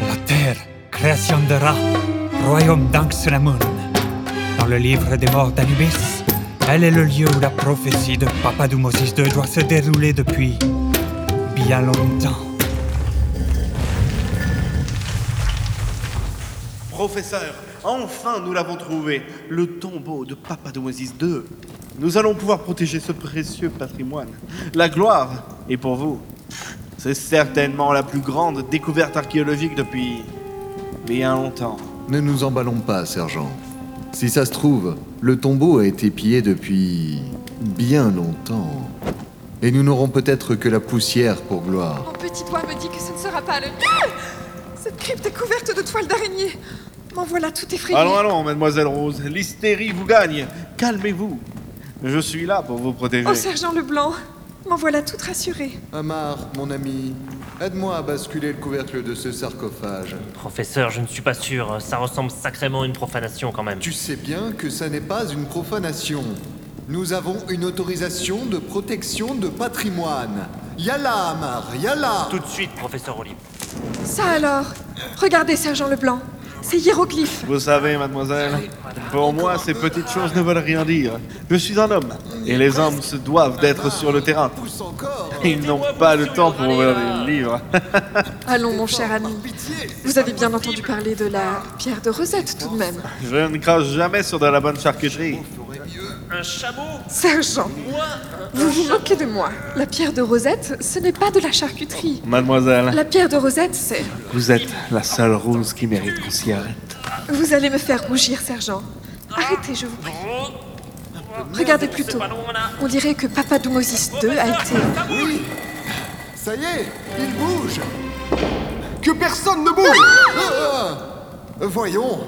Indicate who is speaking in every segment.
Speaker 1: La Terre, création de Ra, royaume d'Anxnamun. Dans le livre des morts d'Anubis, elle est le lieu où la prophétie de Papadoumosis II doit se dérouler depuis bien longtemps.
Speaker 2: Professeur, enfin nous l'avons trouvé, le tombeau de Papa Domosis II. Nous allons pouvoir protéger ce précieux patrimoine. La gloire est pour vous. C'est certainement la plus grande découverte archéologique depuis bien longtemps.
Speaker 3: Ne nous emballons pas, sergent. Si ça se trouve, le tombeau a été pillé depuis bien longtemps. Et nous n'aurons peut-être que la poussière pour gloire.
Speaker 4: Mon petit doigt me dit que ce ne sera pas le. Cette crypte est couverte de toiles d'araignée. M'en voilà tout effrayée.
Speaker 2: Allons, allons, mademoiselle Rose, l'hystérie vous gagne. Calmez-vous. Je suis là pour vous protéger.
Speaker 4: Oh, sergent Leblanc, m'en voilà toute rassurée.
Speaker 3: Amar, mon ami, aide-moi à basculer le couvercle de ce sarcophage.
Speaker 5: Professeur, je ne suis pas sûr. Ça ressemble sacrément à une profanation quand même.
Speaker 3: Tu sais bien que ça n'est pas une profanation. Nous avons une autorisation de protection de patrimoine. Yalla, Amar, yalla
Speaker 5: Tout de suite, professeur Olive.
Speaker 4: Ça alors Regardez, sergent Leblanc, ces hiéroglyphes.
Speaker 2: Vous savez, mademoiselle, pour moi, ces petites choses ne veulent rien dire. Je suis un homme, et les hommes se doivent d'être sur le terrain.
Speaker 3: Pousse encore
Speaker 2: Ils n'ont pas le temps pour ouvrir les livres.
Speaker 4: Allons, mon cher ami. Vous avez bien entendu parler de la pierre de Rosette tout de même.
Speaker 2: Je ne crache jamais sur de la bonne charcuterie.
Speaker 5: Un chameau
Speaker 4: Sergent, vous vous moquez de moi. La pierre de Rosette, ce n'est pas de la charcuterie.
Speaker 2: Mademoiselle,
Speaker 4: La pierre de Rosette, c'est.
Speaker 2: vous êtes la seule rose qui mérite qu'on s'y arrête.
Speaker 4: Vous allez me faire rougir, sergent. Arrêtez, je vous prie. Regardez plutôt. On dirait que Papa Doumosis II a été.
Speaker 3: Oui Ça y est, il bouge Que personne ne bouge Ah Voyons,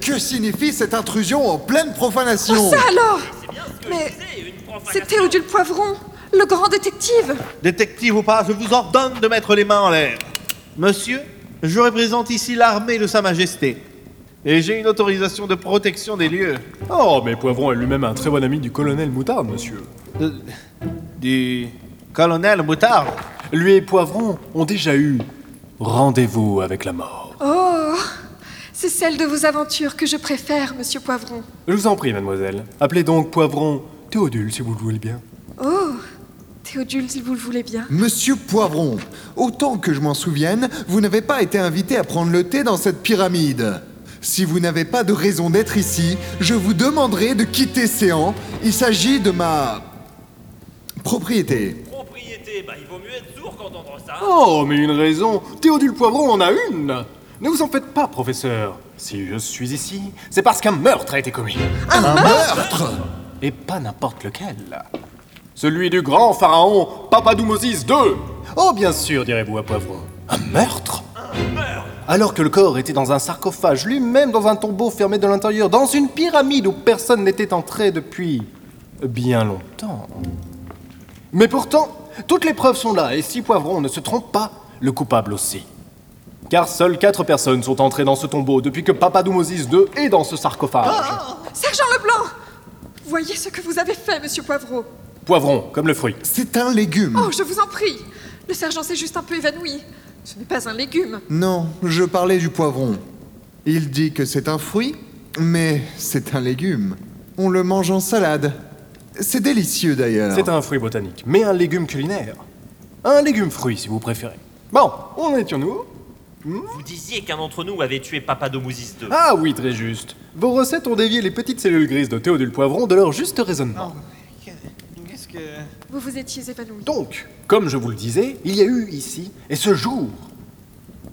Speaker 3: que signifie cette intrusion en pleine profanation
Speaker 4: Oh, ça alors Mais c'est Théodule Poivron, le grand détective.
Speaker 2: Détective ou pas, je vous ordonne de mettre les mains en l'air. Monsieur, je représente ici l'armée de Sa Majesté. Et j'ai une autorisation de protection des lieux.
Speaker 6: Oh, mais Poivron est lui-même un très bon ami du colonel Moutarde, monsieur.
Speaker 2: De- du colonel Moutard.
Speaker 6: Lui et Poivron ont déjà eu rendez-vous avec la mort.
Speaker 4: Oh C'est celle de vos aventures que je préfère, monsieur Poivron.
Speaker 6: Je vous en prie, mademoiselle. Appelez donc Poivron Théodule, si vous le voulez bien.
Speaker 4: Oh Théodule, si vous le voulez bien.
Speaker 3: Monsieur Poivron, autant que je m'en souvienne, vous n'avez pas été invité à prendre le thé dans cette pyramide. Si vous n'avez pas de raison d'être ici, je vous demanderai de quitter Séan. Il s'agit de ma propriété.
Speaker 5: Propriété, bah il vaut mieux être sourd qu'entendre ça.
Speaker 6: Oh, mais une raison Théodule Poivron en a une Ne vous en faites pas, professeur. Si je suis ici, c'est parce qu'un meurtre a été commis.
Speaker 3: Un meurtre
Speaker 6: Et pas n'importe lequel. Celui du grand pharaon Papadoumosis II. Oh, bien sûr, direz-vous à Poivron. Un meurtre Alors que le corps était dans un sarcophage, lui-même dans un tombeau fermé de l'intérieur, dans une pyramide où personne n'était entré depuis bien longtemps. Mais pourtant, toutes les preuves sont là, et si Poivron ne se trompe pas, le coupable aussi. Car seules quatre personnes sont entrées dans ce tombeau depuis que Papadoumosis II est dans ce sarcophage.
Speaker 4: Sergent Leblanc Voyez ce que vous avez fait, monsieur Poivron.
Speaker 6: Poivron, comme le fruit.
Speaker 3: C'est un légume.
Speaker 4: Oh, je vous en prie Le sergent s'est juste un peu évanoui. Ce n'est pas un légume.
Speaker 3: Non, je parlais du poivron. Il dit que c'est un fruit, mais c'est un légume. On le mange en salade. C'est délicieux d'ailleurs.
Speaker 6: C'est un fruit botanique, mais un légume culinaire. Un légume fruit, si vous préférez. Bon, on est sur nous.
Speaker 5: Vous disiez qu'un d'entre nous avait tué Papa Domosis II.
Speaker 6: Ah oui, très juste. Vos recettes ont dévié les petites cellules grises de Théodule Poivron de leur juste raisonnement.
Speaker 2: Qu'est-ce que.
Speaker 4: Vous vous étiez évanoui.
Speaker 6: Donc, comme je vous le disais, il y a eu ici, et ce jour,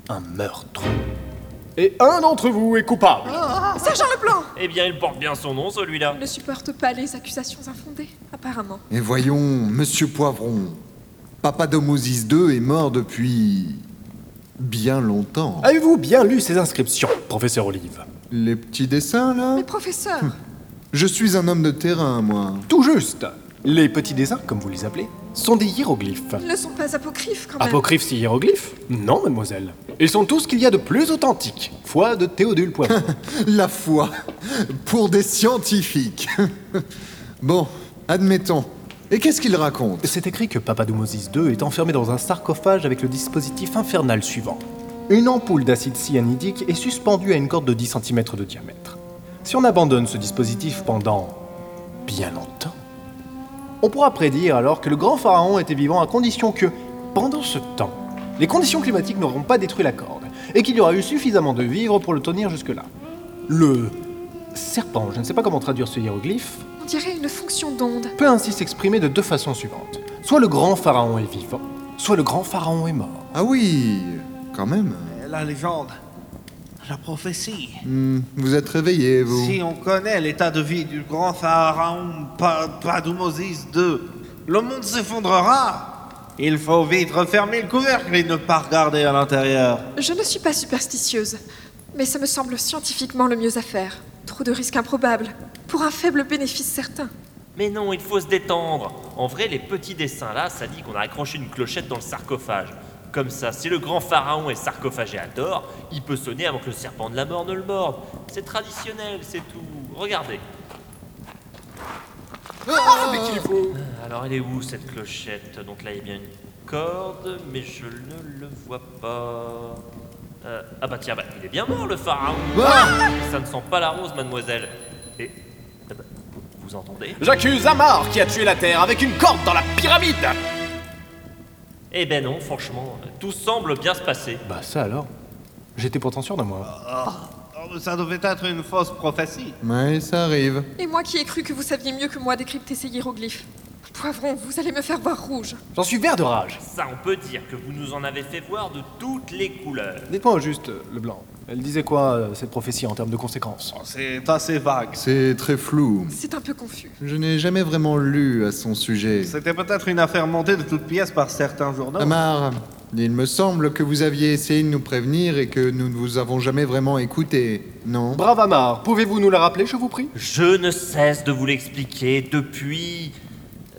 Speaker 6: un meurtre. Et un d'entre vous est coupable.
Speaker 4: Sergent Leblanc
Speaker 5: Eh bien, il porte bien son nom, celui-là.
Speaker 4: Je ne supporte pas les accusations infondées, apparemment.
Speaker 3: Et voyons, Monsieur Poivron, Papa Domosis II est mort depuis bien longtemps.
Speaker 6: Avez-vous bien lu ces inscriptions, professeur Olive
Speaker 3: Les petits dessins là
Speaker 4: Mais professeur,
Speaker 3: Je suis un homme de terrain, moi.
Speaker 6: Tout juste. Les petits dessins, comme vous les appelez, sont des hiéroglyphes.
Speaker 4: ils ne sont pas apocryphes quand même.
Speaker 6: Apocryphes si hiéroglyphes Non, mademoiselle. Ils sont tous ce qu'il y a de plus authentique. Foi de Théodule Poivron.
Speaker 3: La foi pour des scientifiques. Bon, admettons. Et qu'est-ce qu'il raconte
Speaker 6: C'est écrit que Papadoumosis II est enfermé dans un sarcophage avec le dispositif infernal suivant. Une ampoule d'acide cyanidique est suspendue à une corde de 10 cm de diamètre. Si on abandonne ce dispositif pendant bien longtemps, on pourra prédire alors que le grand pharaon était vivant à condition que, pendant ce temps, les conditions climatiques n'auront pas détruit la corde et qu'il y aura eu suffisamment de vivres pour le tenir jusque-là. Le serpent, je ne sais pas comment traduire ce hiéroglyphe,
Speaker 4: On dirait une fonction d'onde.
Speaker 6: peut ainsi s'exprimer de deux façons suivantes. Soit le grand pharaon est vivant, soit le grand pharaon est mort.
Speaker 3: Ah oui, quand même.
Speaker 2: La légende, la prophétie.
Speaker 3: Hmm, vous êtes réveillé, vous.
Speaker 2: Si on connaît l'état de vie du grand pharaon Pa- Papadoumosis II, le monde s'effondrera. Il faut vite refermer le couvercle et ne pas regarder à l'intérieur.
Speaker 4: Je ne suis pas superstitieuse, mais ça me semble scientifiquement le mieux à faire. Trop de risques improbables, pour un faible bénéfice certain.
Speaker 5: Mais non, il faut se détendre. En vrai, les petits dessins là, ça dit qu'on a accroché une clochette dans le sarcophage. Comme ça, si le grand pharaon est sarcophagé à tort, il peut sonner avant que le serpent de la mort ne le morde. C'est traditionnel, c'est tout. Regardez. Alors, elle est où cette clochette Donc là, il y a bien une corde, mais je ne le vois pas. Euh, ah bah tiens, bah, il est bien mort le pharaon. ça ne sent pas la rose, mademoiselle. Et eh bah, vous entendez
Speaker 6: J'accuse Amar qui a tué la Terre avec une corde dans la pyramide
Speaker 5: Eh ben non, franchement, tout semble bien se passer.
Speaker 6: Bah ça alors J'étais pourtant sûr de moi.
Speaker 2: Oh, Ça devait être une fausse prophétie.
Speaker 3: Ouais, ça arrive.
Speaker 4: Et moi qui ai cru que vous saviez mieux que moi décrypter ces hiéroglyphes. Poivron, vous allez me faire voir rouge.
Speaker 6: J'en suis vert de rage.
Speaker 5: Ça, on peut dire que vous nous en avez fait voir de toutes les couleurs.
Speaker 6: Dites-moi juste, euh, Leblanc, elle disait quoi euh, cette prophétie en termes de conséquences
Speaker 2: C'est assez vague.
Speaker 3: C'est très flou.
Speaker 4: C'est un peu confus.
Speaker 3: Je n'ai jamais vraiment lu à son sujet.
Speaker 2: C'était peut-être une affaire montée de toutes pièces par certains journaux.
Speaker 3: Amar, il me semble que vous aviez essayé de nous prévenir et que nous ne vous avons jamais vraiment écouté, non
Speaker 6: Brave Amar, pouvez-vous nous la rappeler, je vous prie
Speaker 5: Je ne cesse de vous l'expliquer depuis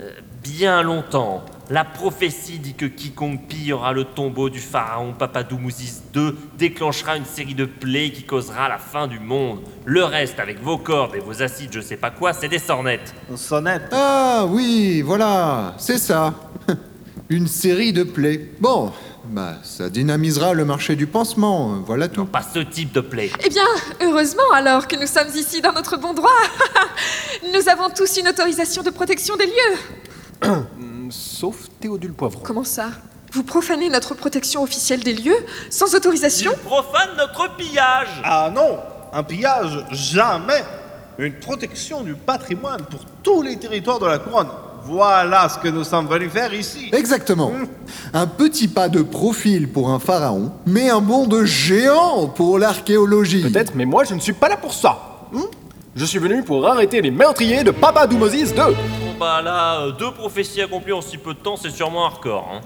Speaker 5: euh, bien longtemps. La prophétie dit que quiconque pillera le tombeau du pharaon Papadoumouzis II déclenchera une série de plaies qui causera la fin du monde. Le reste, avec vos cordes et vos acides, je sais pas quoi, c'est des sornettes.
Speaker 2: Une sonnette.
Speaker 3: Ah oui, voilà, c'est ça. Une série de plaies. Bon, bah ça dynamisera le marché du pansement, voilà tout.
Speaker 5: Pas ce type de plaies.
Speaker 4: Eh bien, heureusement alors que nous sommes ici dans notre bon droit. nous avons tous une autorisation de protection des lieux.
Speaker 6: Sauf Théodule Poivron.
Speaker 4: Comment ça Vous profanez notre protection officielle des lieux sans autorisation
Speaker 5: Ils profanent notre pillage
Speaker 2: Ah non, un pillage, jamais. Une protection du patrimoine pour tous les territoires de la couronne. Voilà ce que nous sommes venus faire ici.
Speaker 3: Exactement. Un petit pas de profil pour un pharaon, mais un bond de géant pour l'archéologie.
Speaker 6: Peut-être, mais moi je ne suis pas là pour ça. hein je suis venu pour arrêter les meurtriers de Papadoumosis II.
Speaker 5: Bon bah là, euh, deux prophéties accomplies en si peu de temps, c'est sûrement un record. hein.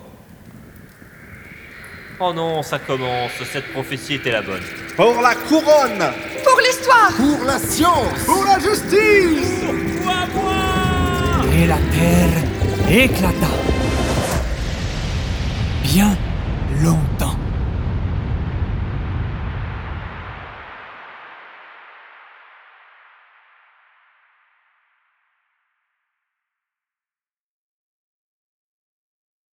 Speaker 5: Oh non, ça commence, cette prophétie était la bonne.
Speaker 2: Pour la couronne.
Speaker 4: Pour l'histoire
Speaker 3: Pour la science
Speaker 6: Pour la justice
Speaker 5: Pourquoi moi
Speaker 1: et la terre éclata. Bien longtemps.